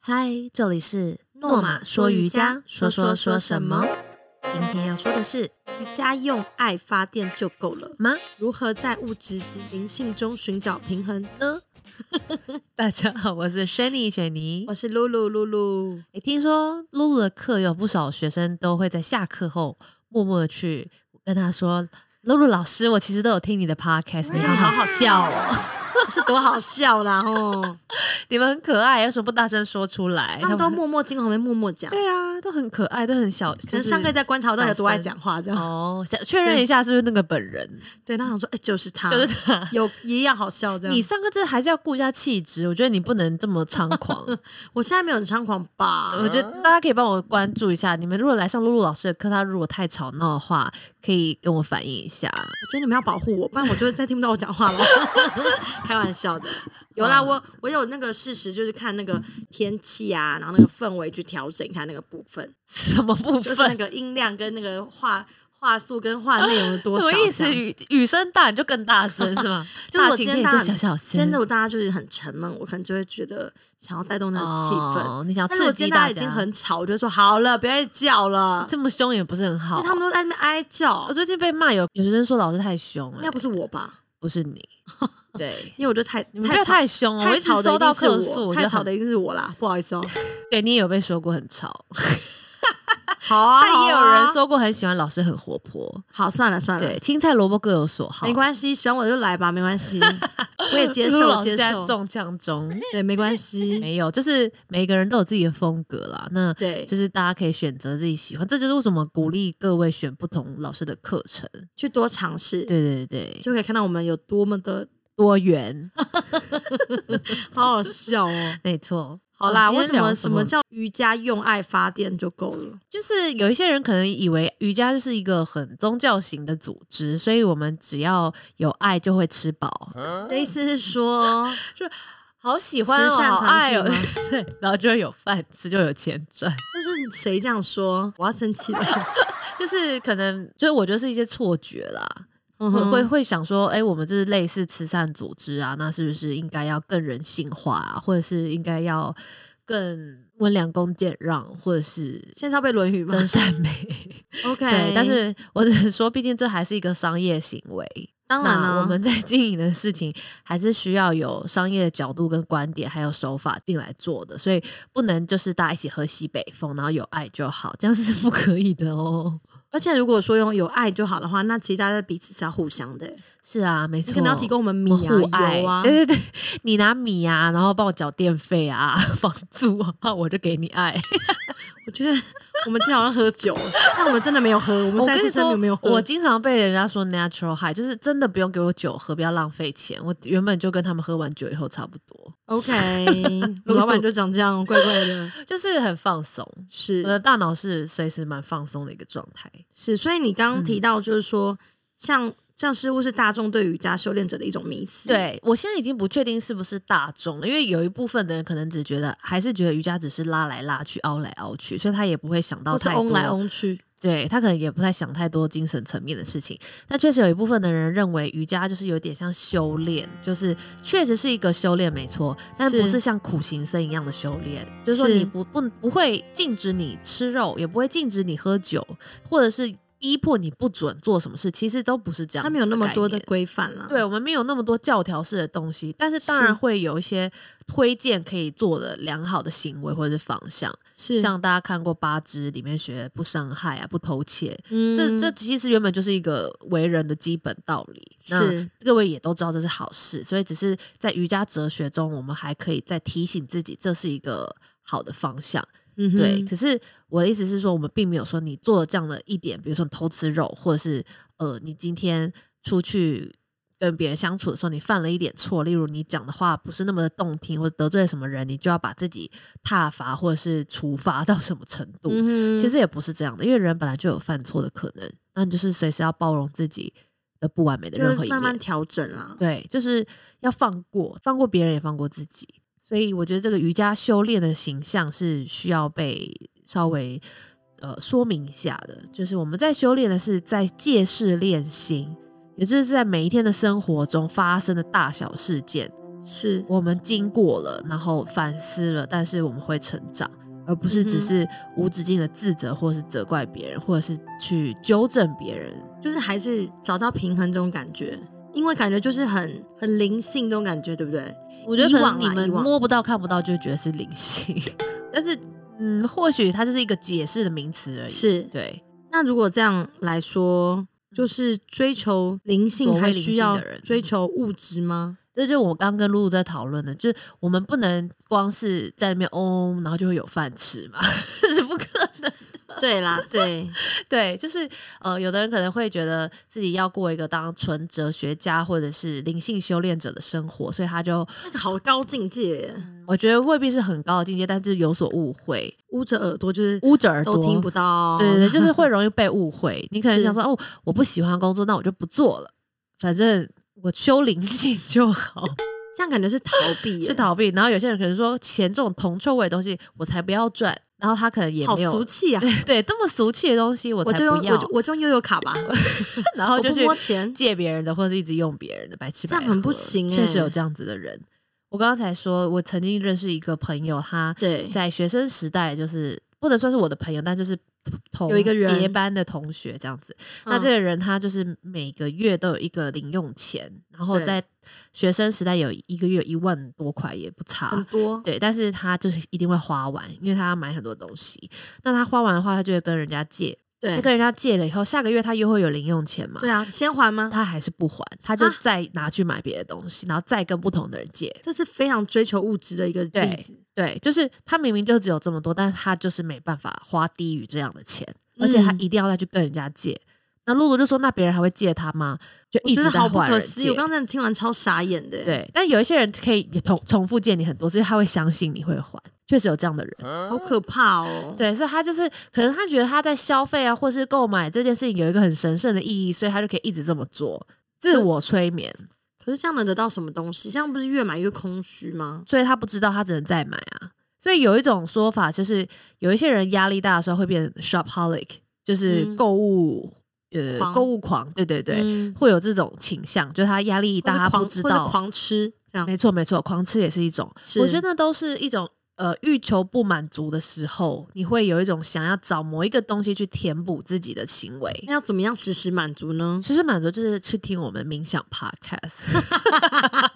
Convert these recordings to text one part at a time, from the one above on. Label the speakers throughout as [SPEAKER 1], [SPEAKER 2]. [SPEAKER 1] 嗨，这里是诺玛说瑜伽，说说说什么？今天要说的是
[SPEAKER 2] 瑜伽用爱发电就够了。
[SPEAKER 1] 吗？
[SPEAKER 2] 如何在物质及灵性中寻找平衡呢？
[SPEAKER 1] 大家好，我是 Shani 雪妮
[SPEAKER 2] 我。是露露露露，
[SPEAKER 1] 诶听说露露的课有不少学生都会在下课后默默的去跟他说：“露露老师，我其实都有听你的 podcast，你们好好笑哦，
[SPEAKER 2] 是多好笑啦 哦！
[SPEAKER 1] 你们很可爱，为什么不大声说出来？”
[SPEAKER 2] 哎他们都默默经常会默默讲，可
[SPEAKER 1] 对啊，都很可爱，都很小，可
[SPEAKER 2] 能上课在观察我到底有多爱讲话这样。
[SPEAKER 1] 哦，想确认一下是不是那个本人，
[SPEAKER 2] 对，他想说，哎、就是他，
[SPEAKER 1] 就是他。
[SPEAKER 2] 有一样好笑这样。
[SPEAKER 1] 你上课这还是要顾一下气质，我觉得你不能这么猖狂。
[SPEAKER 2] 我现在没有很猖狂吧？
[SPEAKER 1] 我觉得大家可以帮我关注一下，你们如果来上露露老师的课，他如果太吵闹的话，可以跟我反映一下。
[SPEAKER 2] 我觉得你们要保护我，不然我就会再听不到我讲 话了。开玩笑的，有啦，我我有那个事实，就是看那个天气啊，然后那个氛围去调整一下那个部分，
[SPEAKER 1] 什么部
[SPEAKER 2] 就是那
[SPEAKER 1] 分？
[SPEAKER 2] 个音量跟那个话话速跟话内容的多
[SPEAKER 1] 什
[SPEAKER 2] 少。
[SPEAKER 1] 么意思？
[SPEAKER 2] 这样
[SPEAKER 1] 雨雨声大你就更大声是 吗？
[SPEAKER 2] 就是
[SPEAKER 1] 大
[SPEAKER 2] 我
[SPEAKER 1] 晴
[SPEAKER 2] 今
[SPEAKER 1] 可
[SPEAKER 2] 天
[SPEAKER 1] 以
[SPEAKER 2] 大
[SPEAKER 1] 做小小声，
[SPEAKER 2] 真的，我大家就是很沉闷，我可能就会觉得想要带动那个气氛。
[SPEAKER 1] 哦，你想
[SPEAKER 2] 但是我
[SPEAKER 1] 刺
[SPEAKER 2] 今
[SPEAKER 1] 激
[SPEAKER 2] 天
[SPEAKER 1] 大
[SPEAKER 2] 大家已经很吵，我就说好了，不要再叫了，
[SPEAKER 1] 这么哦凶也不是很
[SPEAKER 2] 因
[SPEAKER 1] 好
[SPEAKER 2] 为。他们都在那边哀叫
[SPEAKER 1] 我。最近被骂有有学生说老师太凶了、
[SPEAKER 2] 那不是我吧？
[SPEAKER 1] 不是 你，对。
[SPEAKER 2] 因为我就太
[SPEAKER 1] 你们不要
[SPEAKER 2] 吵
[SPEAKER 1] 太凶哦！我
[SPEAKER 2] 太
[SPEAKER 1] 一直
[SPEAKER 2] 吵的
[SPEAKER 1] 收
[SPEAKER 2] 一
[SPEAKER 1] 到
[SPEAKER 2] 定是
[SPEAKER 1] 客
[SPEAKER 2] 我，
[SPEAKER 1] 诉，
[SPEAKER 2] 太吵
[SPEAKER 1] 的。
[SPEAKER 2] 的一定是我啦，不好意 思哦。
[SPEAKER 1] 对你也有被说过很吵，
[SPEAKER 2] 好啊，
[SPEAKER 1] 但也
[SPEAKER 2] 好
[SPEAKER 1] 有
[SPEAKER 2] 啊
[SPEAKER 1] 人，说过很喜欢老师很活泼。
[SPEAKER 2] 好，算了算了，
[SPEAKER 1] 对，青菜萝卜各有所好。
[SPEAKER 2] 没关系，喜欢我就来吧，没 关系，我也接
[SPEAKER 1] 露露老
[SPEAKER 2] 受
[SPEAKER 1] 师
[SPEAKER 2] 接
[SPEAKER 1] 现在
[SPEAKER 2] 受，
[SPEAKER 1] 中枪中
[SPEAKER 2] 对，没关 系，
[SPEAKER 1] 没有，就是每个人都有自己的风格啦。那
[SPEAKER 2] 对，
[SPEAKER 1] 就是大家可以选择自己喜欢，这就是为什么鼓励各位选不同老师的课程。
[SPEAKER 2] 去多尝试，
[SPEAKER 1] 对对对，
[SPEAKER 2] 就可以看到我们有多么 的
[SPEAKER 1] 多 元，
[SPEAKER 2] 好好笑哦。
[SPEAKER 1] 没错。
[SPEAKER 2] 好啦，
[SPEAKER 1] 我们今
[SPEAKER 2] 为什
[SPEAKER 1] 天聊
[SPEAKER 2] 么
[SPEAKER 1] 什
[SPEAKER 2] 什
[SPEAKER 1] 么
[SPEAKER 2] 么叫瑜伽用爱发电就够了？
[SPEAKER 1] 就是有一些人可能以为瑜伽就是一个很宗教型的组织，所以我们只要有爱就会吃饱，
[SPEAKER 2] 的意思是说，
[SPEAKER 1] 好喜欢哦，
[SPEAKER 2] 慈善
[SPEAKER 1] 好爱哦
[SPEAKER 2] 团体，
[SPEAKER 1] 对，然后就会有饭吃，就有钱赚。
[SPEAKER 2] 这是谁这样说？我要生气了，
[SPEAKER 1] 就是可能就是我觉得是一些错觉啦，
[SPEAKER 2] 嗯
[SPEAKER 1] 会
[SPEAKER 2] 哼
[SPEAKER 1] 会会想说，哎、我们这是类似慈善组织啊，那是不是应该要更人性化、啊，或者是应该要更温良恭俭让，或者 是
[SPEAKER 2] 现在是要被《论语》吗
[SPEAKER 1] 真善美？
[SPEAKER 2] ？OK，
[SPEAKER 1] 对，但是我只是说，毕竟这还是一个商业行为。
[SPEAKER 2] 当然啊
[SPEAKER 1] 那
[SPEAKER 2] 了，
[SPEAKER 1] 我们在经营的事情还是需要有商业的角度跟观点，还有手法进来做的，所以不能就是大家一起喝西北风，然后有爱就好，这样是不可以的哦。
[SPEAKER 2] 而且如果说用有爱就好的话，那其实大家彼此是要互相的，
[SPEAKER 1] 是啊，没
[SPEAKER 2] 你
[SPEAKER 1] 错，
[SPEAKER 2] 可能要提供我们米
[SPEAKER 1] 我
[SPEAKER 2] 啊、
[SPEAKER 1] 互爱
[SPEAKER 2] 油啊，
[SPEAKER 1] 对对对， 你拿米啊，然后帮我缴电费啊、 房租啊，我就给你 爱。
[SPEAKER 2] 我觉得我们今天好像喝酒 了，但我们真的没有喝，我们再
[SPEAKER 1] 跟
[SPEAKER 2] 次
[SPEAKER 1] 你
[SPEAKER 2] 声
[SPEAKER 1] 说
[SPEAKER 2] 明没有，喝。
[SPEAKER 1] 我经常被人家说 natural high，就是真的不用给我酒喝，不要浪费钱。我原本就跟他们喝完酒以后差不多，
[SPEAKER 2] OK，我老板就长这样，怪怪的。
[SPEAKER 1] 就是很放松。我
[SPEAKER 2] 是
[SPEAKER 1] 的大脑 是随时蛮放松的一个状态。
[SPEAKER 2] 是，所以你刚刚
[SPEAKER 1] 嗯
[SPEAKER 2] 提到就是说，像像似乎是大众对瑜伽修炼者的一种迷思。，
[SPEAKER 1] 对我现在已经不确定是不是大众了，因为有一部分的人可能只觉得还是觉得瑜伽只是拉来拉去、凹来凹去，所以他也不会想到
[SPEAKER 2] 或是
[SPEAKER 1] 太
[SPEAKER 2] 翁
[SPEAKER 1] 多。
[SPEAKER 2] 来翁去。
[SPEAKER 1] 对他可能也不太想太多精神层面的事情。那确实有一部分的人认为瑜伽就是有点像修炼，就是确实是一个修炼没错，但
[SPEAKER 2] 是
[SPEAKER 1] 不是像苦行僧一样的修炼，就是说
[SPEAKER 2] 是
[SPEAKER 1] 你不不不会禁止你吃肉，也不会禁止你喝酒，或者是逼迫你不准做什么事，其实都不是这样。
[SPEAKER 2] 他们有那么多的。规范啦。
[SPEAKER 1] 对，我们没有那么多教条式的东西，但是当
[SPEAKER 2] 是
[SPEAKER 1] 然会有一些推荐可以做的良好的行为或者是方向，
[SPEAKER 2] 是
[SPEAKER 1] 像大家看过《八支》里面学的不伤害啊、不偷窃，
[SPEAKER 2] 嗯
[SPEAKER 1] 这这其实原本就是一个为人的基本道理，那
[SPEAKER 2] 是
[SPEAKER 1] 各位也都知道这是好事，所以只是在瑜伽哲学中，我们还可以再提醒自己，这是一个好的方向。
[SPEAKER 2] 嗯哼
[SPEAKER 1] 对，可是我的意思是说，我们并没有说你做了这样的一点，比如说你偷吃肉，或者是呃，你今天出去跟别人相处的时候，你犯了一点错，例如你讲的话不是那么的动听，或者得罪了什么人，你就要把自己挞伐或者是处罚到什么程度。
[SPEAKER 2] 嗯哼
[SPEAKER 1] 其实也不是这样的，因为人本来就有犯错的可能，那你就是随时要包容自己的不完美的任
[SPEAKER 2] 就
[SPEAKER 1] 何
[SPEAKER 2] 是
[SPEAKER 1] 一
[SPEAKER 2] 慢
[SPEAKER 1] 面。
[SPEAKER 2] 慢调整啦。
[SPEAKER 1] 对，就是要放过，放过别人也放过自己。所以我觉得这个瑜伽修炼的形象是需要被稍微呃说明一下的，就是我们在修炼的是在借势练心，也就是在每一天的生活中发生的大小事件，
[SPEAKER 2] 是
[SPEAKER 1] 我们经过了，然后反思了，但是我们会成长，而不是
[SPEAKER 2] 嗯哼
[SPEAKER 1] 只是无止境的自责，或是责怪别人，或者是去纠正别人。
[SPEAKER 2] 就是还是找到平衡这种感觉，因为感觉就是很很灵性这种感觉，对不对？
[SPEAKER 1] 我觉得
[SPEAKER 2] 以
[SPEAKER 1] 可
[SPEAKER 2] 往
[SPEAKER 1] 能
[SPEAKER 2] 啦
[SPEAKER 1] 你们
[SPEAKER 2] 以往
[SPEAKER 1] 摸不到、看不到，就会觉得是灵性， 但是嗯，或许它就是一个解释的名词而已。
[SPEAKER 2] 是。
[SPEAKER 1] 对，
[SPEAKER 2] 那如果这样来说，就是追求灵性
[SPEAKER 1] 所谓
[SPEAKER 2] 还
[SPEAKER 1] 灵
[SPEAKER 2] 需
[SPEAKER 1] 性
[SPEAKER 2] 要
[SPEAKER 1] 的人
[SPEAKER 2] 追求物质吗？
[SPEAKER 1] 这就是我刚跟露露在讨论的，就是我们不能光是在那边嗡、然后就会有饭吃嘛， 这是不可能。
[SPEAKER 2] 对啦，对，
[SPEAKER 1] 对，就是呃，有的人可能会觉得自己要过一个当纯哲学家或者是灵性修炼者的生活，所以他就 嗯
[SPEAKER 2] 那个好高境界耶，
[SPEAKER 1] 我觉得未必是很高的境界，但是有所误会，
[SPEAKER 2] 捂着耳朵就是
[SPEAKER 1] 捂着耳朵
[SPEAKER 2] 都听不到。
[SPEAKER 1] 对对对，就是会容易被误会。你可能
[SPEAKER 2] 哦是
[SPEAKER 1] 想说，哦，我不喜欢工作，那我就不做了，反正我修灵性就好，
[SPEAKER 2] 这样感觉是逃避耶，
[SPEAKER 1] 是逃避。然后有些人可能说，钱这种铜臭味的东西，我才不要赚。然后他可能也
[SPEAKER 2] 好
[SPEAKER 1] 没有
[SPEAKER 2] 俗气啊！
[SPEAKER 1] 对这么俗气的东西，我
[SPEAKER 2] 我
[SPEAKER 1] 才
[SPEAKER 2] 就用
[SPEAKER 1] 不要
[SPEAKER 2] 我。就我就用悠悠 卡吧，
[SPEAKER 1] 然后
[SPEAKER 2] 我
[SPEAKER 1] 就
[SPEAKER 2] 不
[SPEAKER 1] 去
[SPEAKER 2] 摸 钱。
[SPEAKER 1] 借别人的，或是一直用别人的，白吃白喝
[SPEAKER 2] 这样很不行欸
[SPEAKER 1] 确实有这样子的人。我刚才说，我曾经认识一个朋友，他
[SPEAKER 2] 对，
[SPEAKER 1] 在学生时代就是不能算是我的朋友，但就是同
[SPEAKER 2] 有一个人
[SPEAKER 1] 别班的同学这样子。那
[SPEAKER 2] 嗯
[SPEAKER 1] 这个人他就是每个月都有一个零用钱，然后
[SPEAKER 2] 对
[SPEAKER 1] 在学生时代有一个月一万多块也不
[SPEAKER 2] 很
[SPEAKER 1] 差。
[SPEAKER 2] 多
[SPEAKER 1] 对，但是他就是一定会花完，因为他要买很多东西。那他花完的话，他就会跟人家借。
[SPEAKER 2] 对
[SPEAKER 1] 他跟人家借了以后，下个月他又会有零用钱嘛？
[SPEAKER 2] 对啊，先还吗？
[SPEAKER 1] 他还是不还，他就
[SPEAKER 2] 啊
[SPEAKER 1] 再拿去买别的东西，然后再跟不同的人借。
[SPEAKER 2] 这是非常追求物质的一个例
[SPEAKER 1] 对
[SPEAKER 2] 子，
[SPEAKER 1] 对，就是他明明就只有这么多，但是他就是没办法花低于这样的钱，而且他
[SPEAKER 2] 嗯
[SPEAKER 1] 一定要再去跟人家借。那露露就说：“那别人还会借他吗？”就
[SPEAKER 2] 我
[SPEAKER 1] 一
[SPEAKER 2] 觉
[SPEAKER 1] 直
[SPEAKER 2] 得
[SPEAKER 1] 在
[SPEAKER 2] 好不
[SPEAKER 1] 换
[SPEAKER 2] 可
[SPEAKER 1] 人
[SPEAKER 2] 思议。
[SPEAKER 1] 借
[SPEAKER 2] 我。刚才听完超傻眼的，，
[SPEAKER 1] 对，但有一些人可以也重重复借你很多，所以他会相信你会还。确实有这样的人，
[SPEAKER 2] 好可怕哦。
[SPEAKER 1] 对，所以他就是可能他觉得他在消费啊，或是购买这件事情有一个很神圣的意义，所以他就可以一直这么做，自我催眠。
[SPEAKER 2] 可是这样能得到什么东西？这样不是越买越空虚吗？
[SPEAKER 1] 所以他不知道，他只能再买啊。所以有一种说法就是，有一些人压力大的时候会变成 shopaholic，就是
[SPEAKER 2] 嗯
[SPEAKER 1] 购物、呃
[SPEAKER 2] 狂
[SPEAKER 1] 购物狂，对对对，
[SPEAKER 2] 嗯，
[SPEAKER 1] 会有这种倾向，就是他压力一
[SPEAKER 2] 或
[SPEAKER 1] 大，
[SPEAKER 2] 是
[SPEAKER 1] 他不
[SPEAKER 2] 狂
[SPEAKER 1] 知
[SPEAKER 2] 或是
[SPEAKER 1] 道。
[SPEAKER 2] 狂吃这样，
[SPEAKER 1] 没错没错，狂吃也是一种，
[SPEAKER 2] 是
[SPEAKER 1] 我觉得都是一种呃欲求不满足的时候，你会有一种想要找某一个东西去填补自己的行为。
[SPEAKER 2] 那要怎么样实时满足 呢？
[SPEAKER 1] 其实满足就是去听我们冥想 podcast，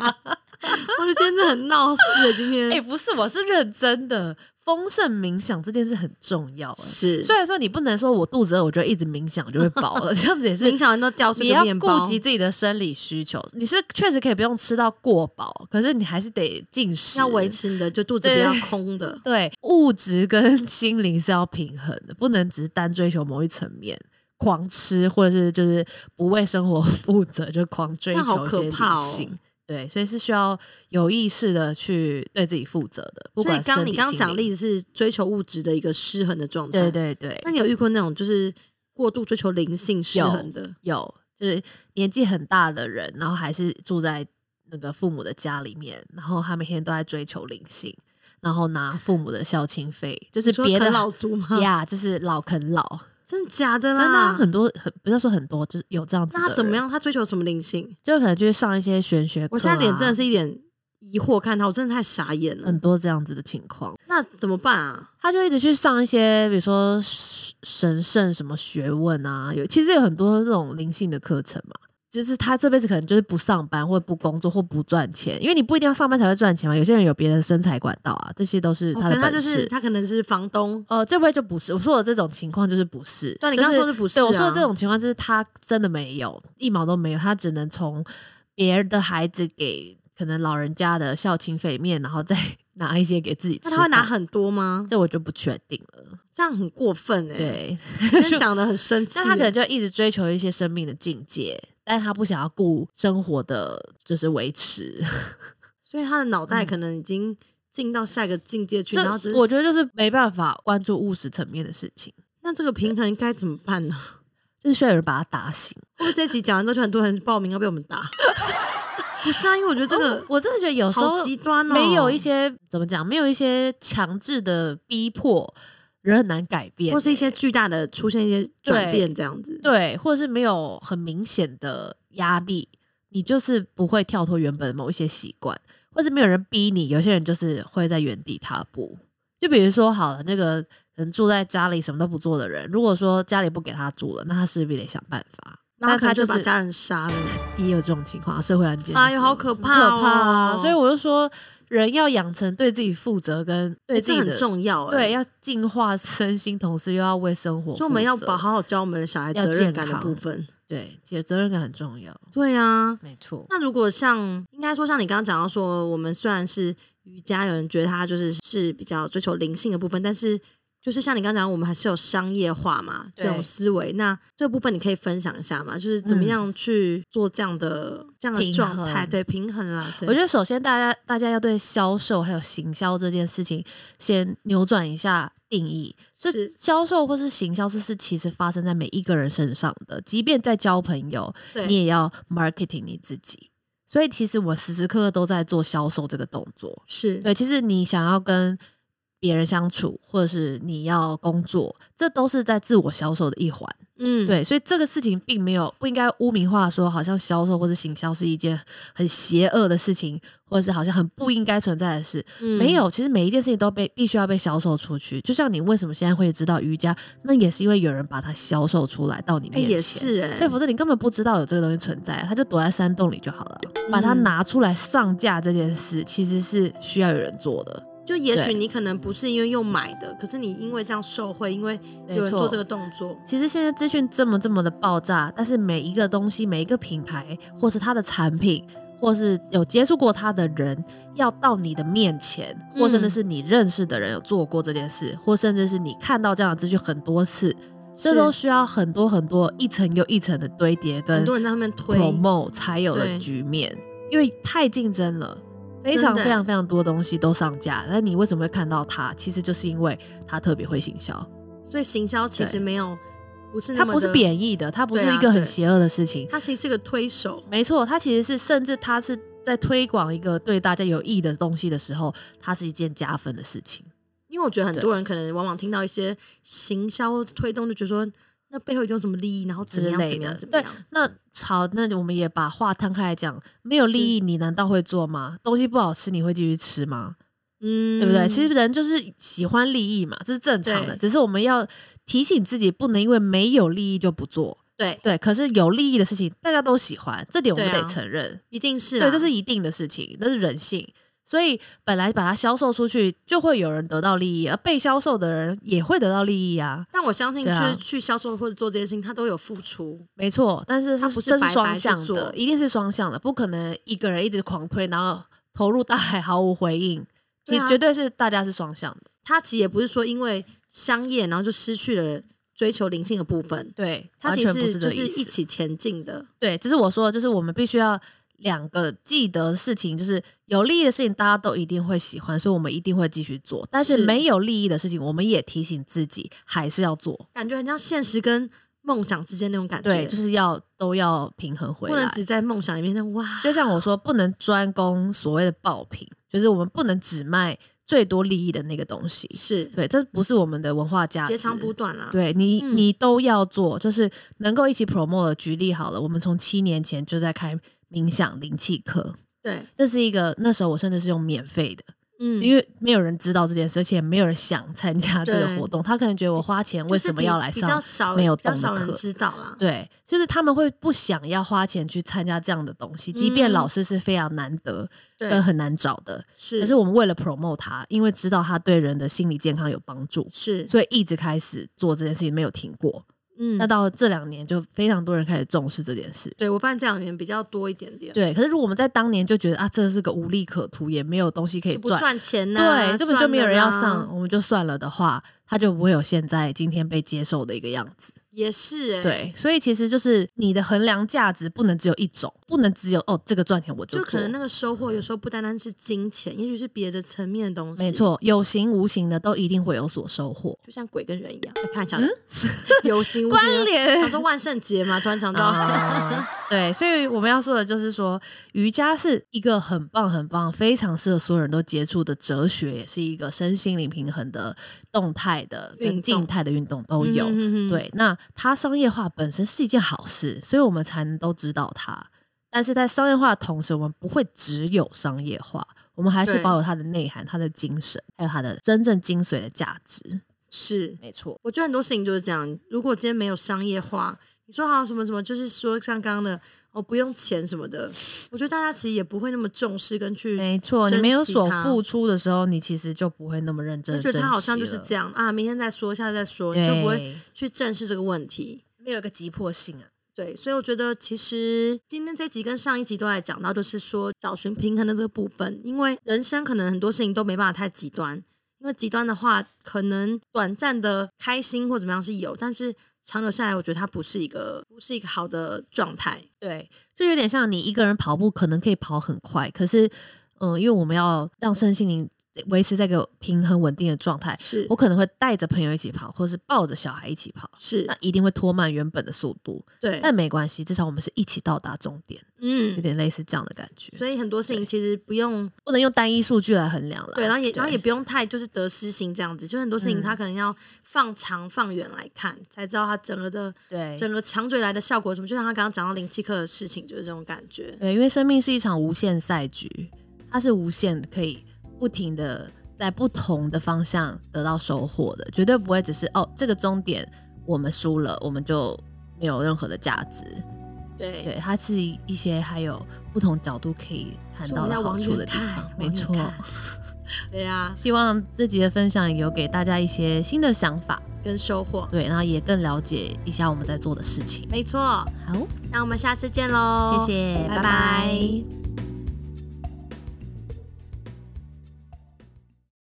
[SPEAKER 2] 我的天，这很闹事，今
[SPEAKER 1] 哎、
[SPEAKER 2] 天
[SPEAKER 1] 不是，我是认真的，丰盛冥想这件事很重要、欸。
[SPEAKER 2] 是
[SPEAKER 1] 虽然说你不能说我肚子饿，我就一直冥想就会饱 了，这样子也是
[SPEAKER 2] 影。响人都掉出
[SPEAKER 1] 你
[SPEAKER 2] 一个
[SPEAKER 1] 要
[SPEAKER 2] 面
[SPEAKER 1] 顾
[SPEAKER 2] 包，
[SPEAKER 1] 及自己的生理需求，你是确实可以不用吃到过饱，可是你还是得进食，
[SPEAKER 2] 要维。持你的就肚子不
[SPEAKER 1] 对
[SPEAKER 2] 要空的。
[SPEAKER 1] 对，物质跟心灵是要平衡的，不能只是单追求某一层面，狂吃或者是就是不为生活 负责，就狂追
[SPEAKER 2] 这样
[SPEAKER 1] 求
[SPEAKER 2] 好
[SPEAKER 1] 一
[SPEAKER 2] 可
[SPEAKER 1] 些理
[SPEAKER 2] 怕哦
[SPEAKER 1] 性。对，所以是需要有意识的去对自己负责的，不
[SPEAKER 2] 所以
[SPEAKER 1] 管
[SPEAKER 2] 刚
[SPEAKER 1] 身
[SPEAKER 2] 你
[SPEAKER 1] 体
[SPEAKER 2] 刚
[SPEAKER 1] 心
[SPEAKER 2] 讲
[SPEAKER 1] 灵
[SPEAKER 2] 例子是追求物质的一个失衡的状
[SPEAKER 1] 对。
[SPEAKER 2] 态，
[SPEAKER 1] 对对，
[SPEAKER 2] 那你有遇过那种就是过度追求灵性失衡的？
[SPEAKER 1] 有，就是年纪很大的人，然后还是住在那个父母的家里面，然后他每天都在追求灵性，然后拿父母的孝亲费，就
[SPEAKER 2] 你
[SPEAKER 1] 是
[SPEAKER 2] 说
[SPEAKER 1] 别的啊
[SPEAKER 2] 啃老族吗？
[SPEAKER 1] 呀就是老啃老，
[SPEAKER 2] 真的假的啦？
[SPEAKER 1] 真的啊很多很不要说很多，就是有这样子
[SPEAKER 2] 那
[SPEAKER 1] 的。
[SPEAKER 2] 他怎么？样？他追求什么灵性？
[SPEAKER 1] 就可能就是上一些玄学课啊、
[SPEAKER 2] 我现在脸真的是一脸疑惑，看他，我真的太傻眼了。
[SPEAKER 1] 很多这样子的情况。
[SPEAKER 2] 那怎么办啊？
[SPEAKER 1] 他就一直去上一些，比如说神神圣什么学问啊，有其实有很多那种灵性的课程嘛。就是他这辈子可能就是不上班，或不工作，或不赚钱，因为你不一定要上班才会赚钱嘛。有些人有别的生财管道啊，这些都是
[SPEAKER 2] 哦
[SPEAKER 1] 他
[SPEAKER 2] 可
[SPEAKER 1] 的
[SPEAKER 2] 能他
[SPEAKER 1] 本
[SPEAKER 2] 就
[SPEAKER 1] 事。
[SPEAKER 2] 是他可能是房东，
[SPEAKER 1] 呃，这位就不是我说的这种情况，就是不是。
[SPEAKER 2] 对你
[SPEAKER 1] 就
[SPEAKER 2] 刚刚说的不是
[SPEAKER 1] 对我说
[SPEAKER 2] 啊
[SPEAKER 1] 的这种情况，就是他真的没有一毛都没有，他只能从别人的孩子给可能老人家的孝亲费里面，然后再 拿一些给自己吃
[SPEAKER 2] 那
[SPEAKER 1] 饭。
[SPEAKER 2] 他会拿很多吗？
[SPEAKER 1] 这我就不确定了。
[SPEAKER 2] 这样很过分哎、 欸！
[SPEAKER 1] 对，
[SPEAKER 2] 今天讲的很生气
[SPEAKER 1] 那
[SPEAKER 2] 欸。
[SPEAKER 1] 他可能就一直追求一些生命的境界，但他不想要顾生活的就是维持。
[SPEAKER 2] 所以他的脑袋可能已经进到下一个境界去，
[SPEAKER 1] 就
[SPEAKER 2] 然后只
[SPEAKER 1] 嗯
[SPEAKER 2] 是
[SPEAKER 1] 我觉得就是没办法关注务实层面的事情，
[SPEAKER 2] 那这个平衡该怎么办呢？
[SPEAKER 1] 就是需要有人把他打醒。
[SPEAKER 2] 会不会这一集讲完之后，就很多人报名要被我们打？ 不是啊，因为我觉得这个
[SPEAKER 1] 我真的觉哦得有时候
[SPEAKER 2] 好极端哦，
[SPEAKER 1] 没有一些怎么讲，没有一些强制的逼迫，人很难改变欸、
[SPEAKER 2] 或是一些巨大的出现一些转变这样子。
[SPEAKER 1] 对，或者是没有很明显的压力，你就是不会跳脱原本的某一些习惯，或是没有人逼你，有些人就是会在原地踏步。就比如说好了，那个可能住在家里什么都不做的人，如果说家里不给他住了，那他势必得想办法。
[SPEAKER 2] 然后
[SPEAKER 1] 那
[SPEAKER 2] 可能
[SPEAKER 1] 他
[SPEAKER 2] 就
[SPEAKER 1] 就
[SPEAKER 2] 把
[SPEAKER 1] 是
[SPEAKER 2] 家人杀了。
[SPEAKER 1] 也有这种情况，社会案件。
[SPEAKER 2] 哎呦，好可怕、哦，
[SPEAKER 1] 可怕啊！所以我就说，人要养成对自己负责跟对
[SPEAKER 2] 哎
[SPEAKER 1] 自己
[SPEAKER 2] 这
[SPEAKER 1] 的、
[SPEAKER 2] 很重要、哎
[SPEAKER 1] 对，要净化身心，同时又要为生活负责。
[SPEAKER 2] 所以我们要把好好教我们的小孩
[SPEAKER 1] 要
[SPEAKER 2] 责任
[SPEAKER 1] 健
[SPEAKER 2] 感的
[SPEAKER 1] 康
[SPEAKER 2] 部分。
[SPEAKER 1] 对，其实责任感很重要，
[SPEAKER 2] 对啊，
[SPEAKER 1] 没错。
[SPEAKER 2] 那如果像应该说像你刚刚讲到说，我们虽然是瑜伽，有人觉得它就是是比较追求灵性的部分，但是就是像你刚刚讲，我们还是有商业化嘛
[SPEAKER 1] 对嗯
[SPEAKER 2] 这种思维。那这部分你可以分享一下嘛，就是怎么样去做这样的、这样的
[SPEAKER 1] 平
[SPEAKER 2] 状态，
[SPEAKER 1] 衡
[SPEAKER 2] 对平衡啦。对
[SPEAKER 1] 我觉得首先大家大家要对销售还有行销这件事情先扭转一下定义。这
[SPEAKER 2] 是
[SPEAKER 1] 销售或是行销，这是其实发生在每一个人身上的，即便在交朋友，你
[SPEAKER 2] 对
[SPEAKER 1] 也要 marketing 你自己。所以其实我时时刻刻都在做销售这个动作。
[SPEAKER 2] 是
[SPEAKER 1] 对，其实你想要跟别人相处，或者是你要工作，这都是在自我销售的一环。
[SPEAKER 2] 嗯
[SPEAKER 1] 对，所以这个事情并没有不应该污名化说，好像销售或是行销是一件很邪恶的事情，或者是好像很不应该存在的事。
[SPEAKER 2] 嗯
[SPEAKER 1] 没有，其实每一件事情都被必须要被销售出去。就像你为什么现在会知道瑜伽，那也是因为有人把它销售出来到你
[SPEAKER 2] 哎、
[SPEAKER 1] 面前。
[SPEAKER 2] 也是哎、
[SPEAKER 1] 对，否则你根本不知道有这个东西存在，啊他就躲在山洞里就好了。把它
[SPEAKER 2] 嗯
[SPEAKER 1] 拿出来上架这件事，其实是需要有人做的。
[SPEAKER 2] 就也许
[SPEAKER 1] 对
[SPEAKER 2] 你可能不是因为用买的，可是你因为这样受贿，因为
[SPEAKER 1] 没
[SPEAKER 2] 有人做
[SPEAKER 1] 错
[SPEAKER 2] 这个动作，
[SPEAKER 1] 其实现在资讯这么这么的爆炸，但是每一个东西、每一个品牌，或是它的产品，或是有接触过它的人，要到你的面前，或甚至
[SPEAKER 2] 嗯
[SPEAKER 1] 是你认识的人有做过这件事，或甚至是你看到这样的资讯很多次，这
[SPEAKER 2] 是
[SPEAKER 1] 都需要很多很多一层又一层的堆叠
[SPEAKER 2] 很
[SPEAKER 1] 跟
[SPEAKER 2] 多人在后面推，
[SPEAKER 1] promote 才有
[SPEAKER 2] 对
[SPEAKER 1] 的局面，因为太竞争了。非
[SPEAKER 2] 真
[SPEAKER 1] 常
[SPEAKER 2] 的
[SPEAKER 1] 非常非常多东西都上架，那你为什么会看到它？其实就是因为它特别会行销，
[SPEAKER 2] 所以行销其实
[SPEAKER 1] 对
[SPEAKER 2] 没有不是那
[SPEAKER 1] 它
[SPEAKER 2] 么
[SPEAKER 1] 不是
[SPEAKER 2] 的，
[SPEAKER 1] 贬义的，它不是
[SPEAKER 2] 对啊
[SPEAKER 1] 一个
[SPEAKER 2] 对
[SPEAKER 1] 很邪恶的事情。
[SPEAKER 2] 它其实是个推手，
[SPEAKER 1] 没错，它其实是甚至它是在推广一个对大家有益的东西的时候，它是一件加分的事情。
[SPEAKER 2] 因为我觉得很
[SPEAKER 1] 对
[SPEAKER 2] 多人可能往往听到一些行销推动，就觉得说那背后一定有什么利益，然后怎么样
[SPEAKER 1] 之类
[SPEAKER 2] 怎么样
[SPEAKER 1] 的
[SPEAKER 2] 怎么样，
[SPEAKER 1] 那好，那我们也把话摊开来讲，没有利益，你难道会做吗？东西不好吃，你会继续吃吗？
[SPEAKER 2] 嗯，
[SPEAKER 1] 对不对？其实人就是喜欢利益嘛，这是正常的。
[SPEAKER 2] 对
[SPEAKER 1] 只是我们要提醒自己，不能因为没有利益就不做。
[SPEAKER 2] 对，
[SPEAKER 1] 对，可是有利益的事情大家都喜欢，这点我们
[SPEAKER 2] 对啊
[SPEAKER 1] 得承认。
[SPEAKER 2] 一定是啊
[SPEAKER 1] 对，
[SPEAKER 2] 啦
[SPEAKER 1] 这是一定的事情，那是人性。所以本来把它销售出去，就会有人得到利益，而被销售的人也会得到利益啊。
[SPEAKER 2] 但我相信，就
[SPEAKER 1] 对啊
[SPEAKER 2] 是去销售或者做这些事情，他都有付出，
[SPEAKER 1] 没错，但是
[SPEAKER 2] 它
[SPEAKER 1] 是
[SPEAKER 2] 不是
[SPEAKER 1] 这
[SPEAKER 2] 白
[SPEAKER 1] 是
[SPEAKER 2] 白
[SPEAKER 1] 双
[SPEAKER 2] 去
[SPEAKER 1] 向
[SPEAKER 2] 做
[SPEAKER 1] 的，一定是双向的，不可能一个人一直狂推，然后投入大海毫无回应。
[SPEAKER 2] 对
[SPEAKER 1] 其
[SPEAKER 2] 啊
[SPEAKER 1] 绝对是大家是双向的，
[SPEAKER 2] 他其实也不是说因为商业然后就失去了追求灵性的部分，
[SPEAKER 1] 对，
[SPEAKER 2] 他
[SPEAKER 1] 完
[SPEAKER 2] 其
[SPEAKER 1] 全不
[SPEAKER 2] 实
[SPEAKER 1] 这
[SPEAKER 2] 就
[SPEAKER 1] 个
[SPEAKER 2] 是
[SPEAKER 1] 意思
[SPEAKER 2] 一起前进的，
[SPEAKER 1] 对，只是我说的，就是我们必须要两个记得的事情，就是有利益的事情大家都一定会喜欢，所以我们一定会继续做。但是
[SPEAKER 2] 是
[SPEAKER 1] 没有利益的事情，我们也提醒自己还是要做。
[SPEAKER 2] 感觉很像现实跟梦想之间那种感觉，
[SPEAKER 1] 对，就是要都要平衡回
[SPEAKER 2] 不能
[SPEAKER 1] 来。
[SPEAKER 2] 只在梦想里面那哇，
[SPEAKER 1] 就像我说，不能专攻所谓的爆品，就是我们不能只卖最多利益的那个东西。
[SPEAKER 2] 是
[SPEAKER 1] 对，啊这不是我们的文化价值。
[SPEAKER 2] 截长补短啦，
[SPEAKER 1] 对你，
[SPEAKER 2] 嗯
[SPEAKER 1] 你都要做，就是能够一起 promote 的。举例好了，我们从七年前就在开冥想灵气课，
[SPEAKER 2] 对，
[SPEAKER 1] 这是一个那时候我甚至是用免费的，
[SPEAKER 2] 嗯，
[SPEAKER 1] 因为没有人知道这件事，而且没有人想参加这
[SPEAKER 2] 对
[SPEAKER 1] 个活动。他可能觉得我花钱为
[SPEAKER 2] 就是
[SPEAKER 1] 什么
[SPEAKER 2] 比
[SPEAKER 1] 要来
[SPEAKER 2] 比较
[SPEAKER 1] 上？
[SPEAKER 2] 少，
[SPEAKER 1] 没有
[SPEAKER 2] 比较
[SPEAKER 1] 动的
[SPEAKER 2] 少人
[SPEAKER 1] 课
[SPEAKER 2] 知道啊啦。
[SPEAKER 1] 对，就是他们会不想要花钱去参加这样的东西，即便
[SPEAKER 2] 嗯
[SPEAKER 1] 老师是非常难得
[SPEAKER 2] 对
[SPEAKER 1] 跟，很难找的，
[SPEAKER 2] 是
[SPEAKER 1] 可是我们为了 promote 他，因为知道他对人的心理健康有帮助，
[SPEAKER 2] 是，
[SPEAKER 1] 所以一直开始做这件事情，没有停过。
[SPEAKER 2] 嗯
[SPEAKER 1] 那到这两年，就非常多人开始重视这件事。
[SPEAKER 2] 对我发现这两年比较多一点点，
[SPEAKER 1] 对，可是如果我们在当年就觉得啊，这是个无利可图，也没有东西可以
[SPEAKER 2] 就不
[SPEAKER 1] 赚，
[SPEAKER 2] 赚钱呐，
[SPEAKER 1] 对，根本就
[SPEAKER 2] 算
[SPEAKER 1] 没有
[SPEAKER 2] 了啊
[SPEAKER 1] 人要
[SPEAKER 2] 啦
[SPEAKER 1] 上，，我们就算了的话，他就不会有现在今天被接受的一个样子。
[SPEAKER 2] 也是哎，，
[SPEAKER 1] 对，所以其实就是你的衡量价值不能只有一种，不能只有哦这个赚钱我
[SPEAKER 2] 就
[SPEAKER 1] 做
[SPEAKER 2] 可能那个收获有时候不单单是金钱，也许是别的层面的东西，
[SPEAKER 1] 没，错，有形无形的都一定会有所收获。
[SPEAKER 2] 就像鬼跟人一样，哎看一下
[SPEAKER 1] 嗯
[SPEAKER 2] 人有形无形
[SPEAKER 1] 关
[SPEAKER 2] 的。
[SPEAKER 1] 联
[SPEAKER 2] 想说万圣节嘛，突然想到，
[SPEAKER 1] 啊，对，所以我们要说的就是说，瑜伽是一个很棒、很棒、非常适合所有人都接触的哲学，也是一个身心灵平衡的动态的
[SPEAKER 2] 运动
[SPEAKER 1] 跟静态的运动都有。
[SPEAKER 2] 嗯哼哼
[SPEAKER 1] 对，那它商业化本身是一件好事，所以我们才能都知道它。但是在商业化的同时，我们不会只有商业化，我们还是
[SPEAKER 2] 对
[SPEAKER 1] 保有它的内涵、它的精神，还有它的真正精髓的价值。
[SPEAKER 2] 是，
[SPEAKER 1] 没错，
[SPEAKER 2] 我觉得很多事情就是这样。如果今天没有商业化，你说好什么什么，就是说像刚刚的哦，不用钱什么的，我觉得大家其实也不会那么重视跟去，
[SPEAKER 1] 没错。你
[SPEAKER 2] 嗯珍
[SPEAKER 1] 没有
[SPEAKER 2] 惜
[SPEAKER 1] 所
[SPEAKER 2] 它
[SPEAKER 1] 付出的时候，你其实就不会那么认真
[SPEAKER 2] 就
[SPEAKER 1] 地珍惜
[SPEAKER 2] 觉得
[SPEAKER 1] 了。
[SPEAKER 2] 他好像就是这样啊，明天再说，下次再说，你
[SPEAKER 1] 对，
[SPEAKER 2] 就不会去正视这个问题。
[SPEAKER 1] 没有一个急迫性啊。
[SPEAKER 2] 对，所以我觉得其实今天这集跟上一集都来讲到，就是说找寻平衡的这个部分，因为人生可能很多事情都没办法太极端，因为极端的话，可能短暂的开心或怎么样是有，但是长久下来，我觉得它不是一个不是一个好的状态。
[SPEAKER 1] 对，就有点像你一个人跑步，可能可以跑很快，可是，嗯、因为我们要让身心灵维持在一个平衡稳定的状态，
[SPEAKER 2] 是
[SPEAKER 1] 我可能会带着朋友一起跑，或是抱着小孩一起跑，
[SPEAKER 2] 是
[SPEAKER 1] 那一定会拖慢原本的速度，
[SPEAKER 2] 对，
[SPEAKER 1] 但没关系，至少我们是一起到达终点，有
[SPEAKER 2] 呃嗯，
[SPEAKER 1] 点类似这样的感觉，
[SPEAKER 2] 所以很多事情其实不用
[SPEAKER 1] 不能用单一数据来衡量了。
[SPEAKER 2] 对，然后也然后也不用太就是得失心这样子，就很多事
[SPEAKER 1] 嗯
[SPEAKER 2] 情它可能要放长放远来看，才知道它整个的
[SPEAKER 1] 对
[SPEAKER 2] 整个长久以来的效果是什么。就像他刚刚讲到灵气课的事情，就是这种感觉。
[SPEAKER 1] 对，因为生命是一场无限赛局，它是无限可以不停的在不同的方向得到收获的，绝对不会只是哦这个终点我们输了，我们就没有任何的价值。
[SPEAKER 2] 对，
[SPEAKER 1] 对，它是一些还有不同角度可以看
[SPEAKER 2] 所以我
[SPEAKER 1] 到的
[SPEAKER 2] 们要
[SPEAKER 1] 好
[SPEAKER 2] 往
[SPEAKER 1] 处
[SPEAKER 2] 远
[SPEAKER 1] 的地
[SPEAKER 2] 看
[SPEAKER 1] 方，，没
[SPEAKER 2] 往远
[SPEAKER 1] 错。
[SPEAKER 2] 看 对啊呀、
[SPEAKER 1] 希望这集的分享有给大家一些新的想法，
[SPEAKER 2] 跟收获，
[SPEAKER 1] 对，然后也更了解一下我们在做的事情。
[SPEAKER 2] 没错。
[SPEAKER 1] 好，
[SPEAKER 2] 那我们下次见喽，
[SPEAKER 1] 谢谢，拜
[SPEAKER 2] 拜拜
[SPEAKER 1] 拜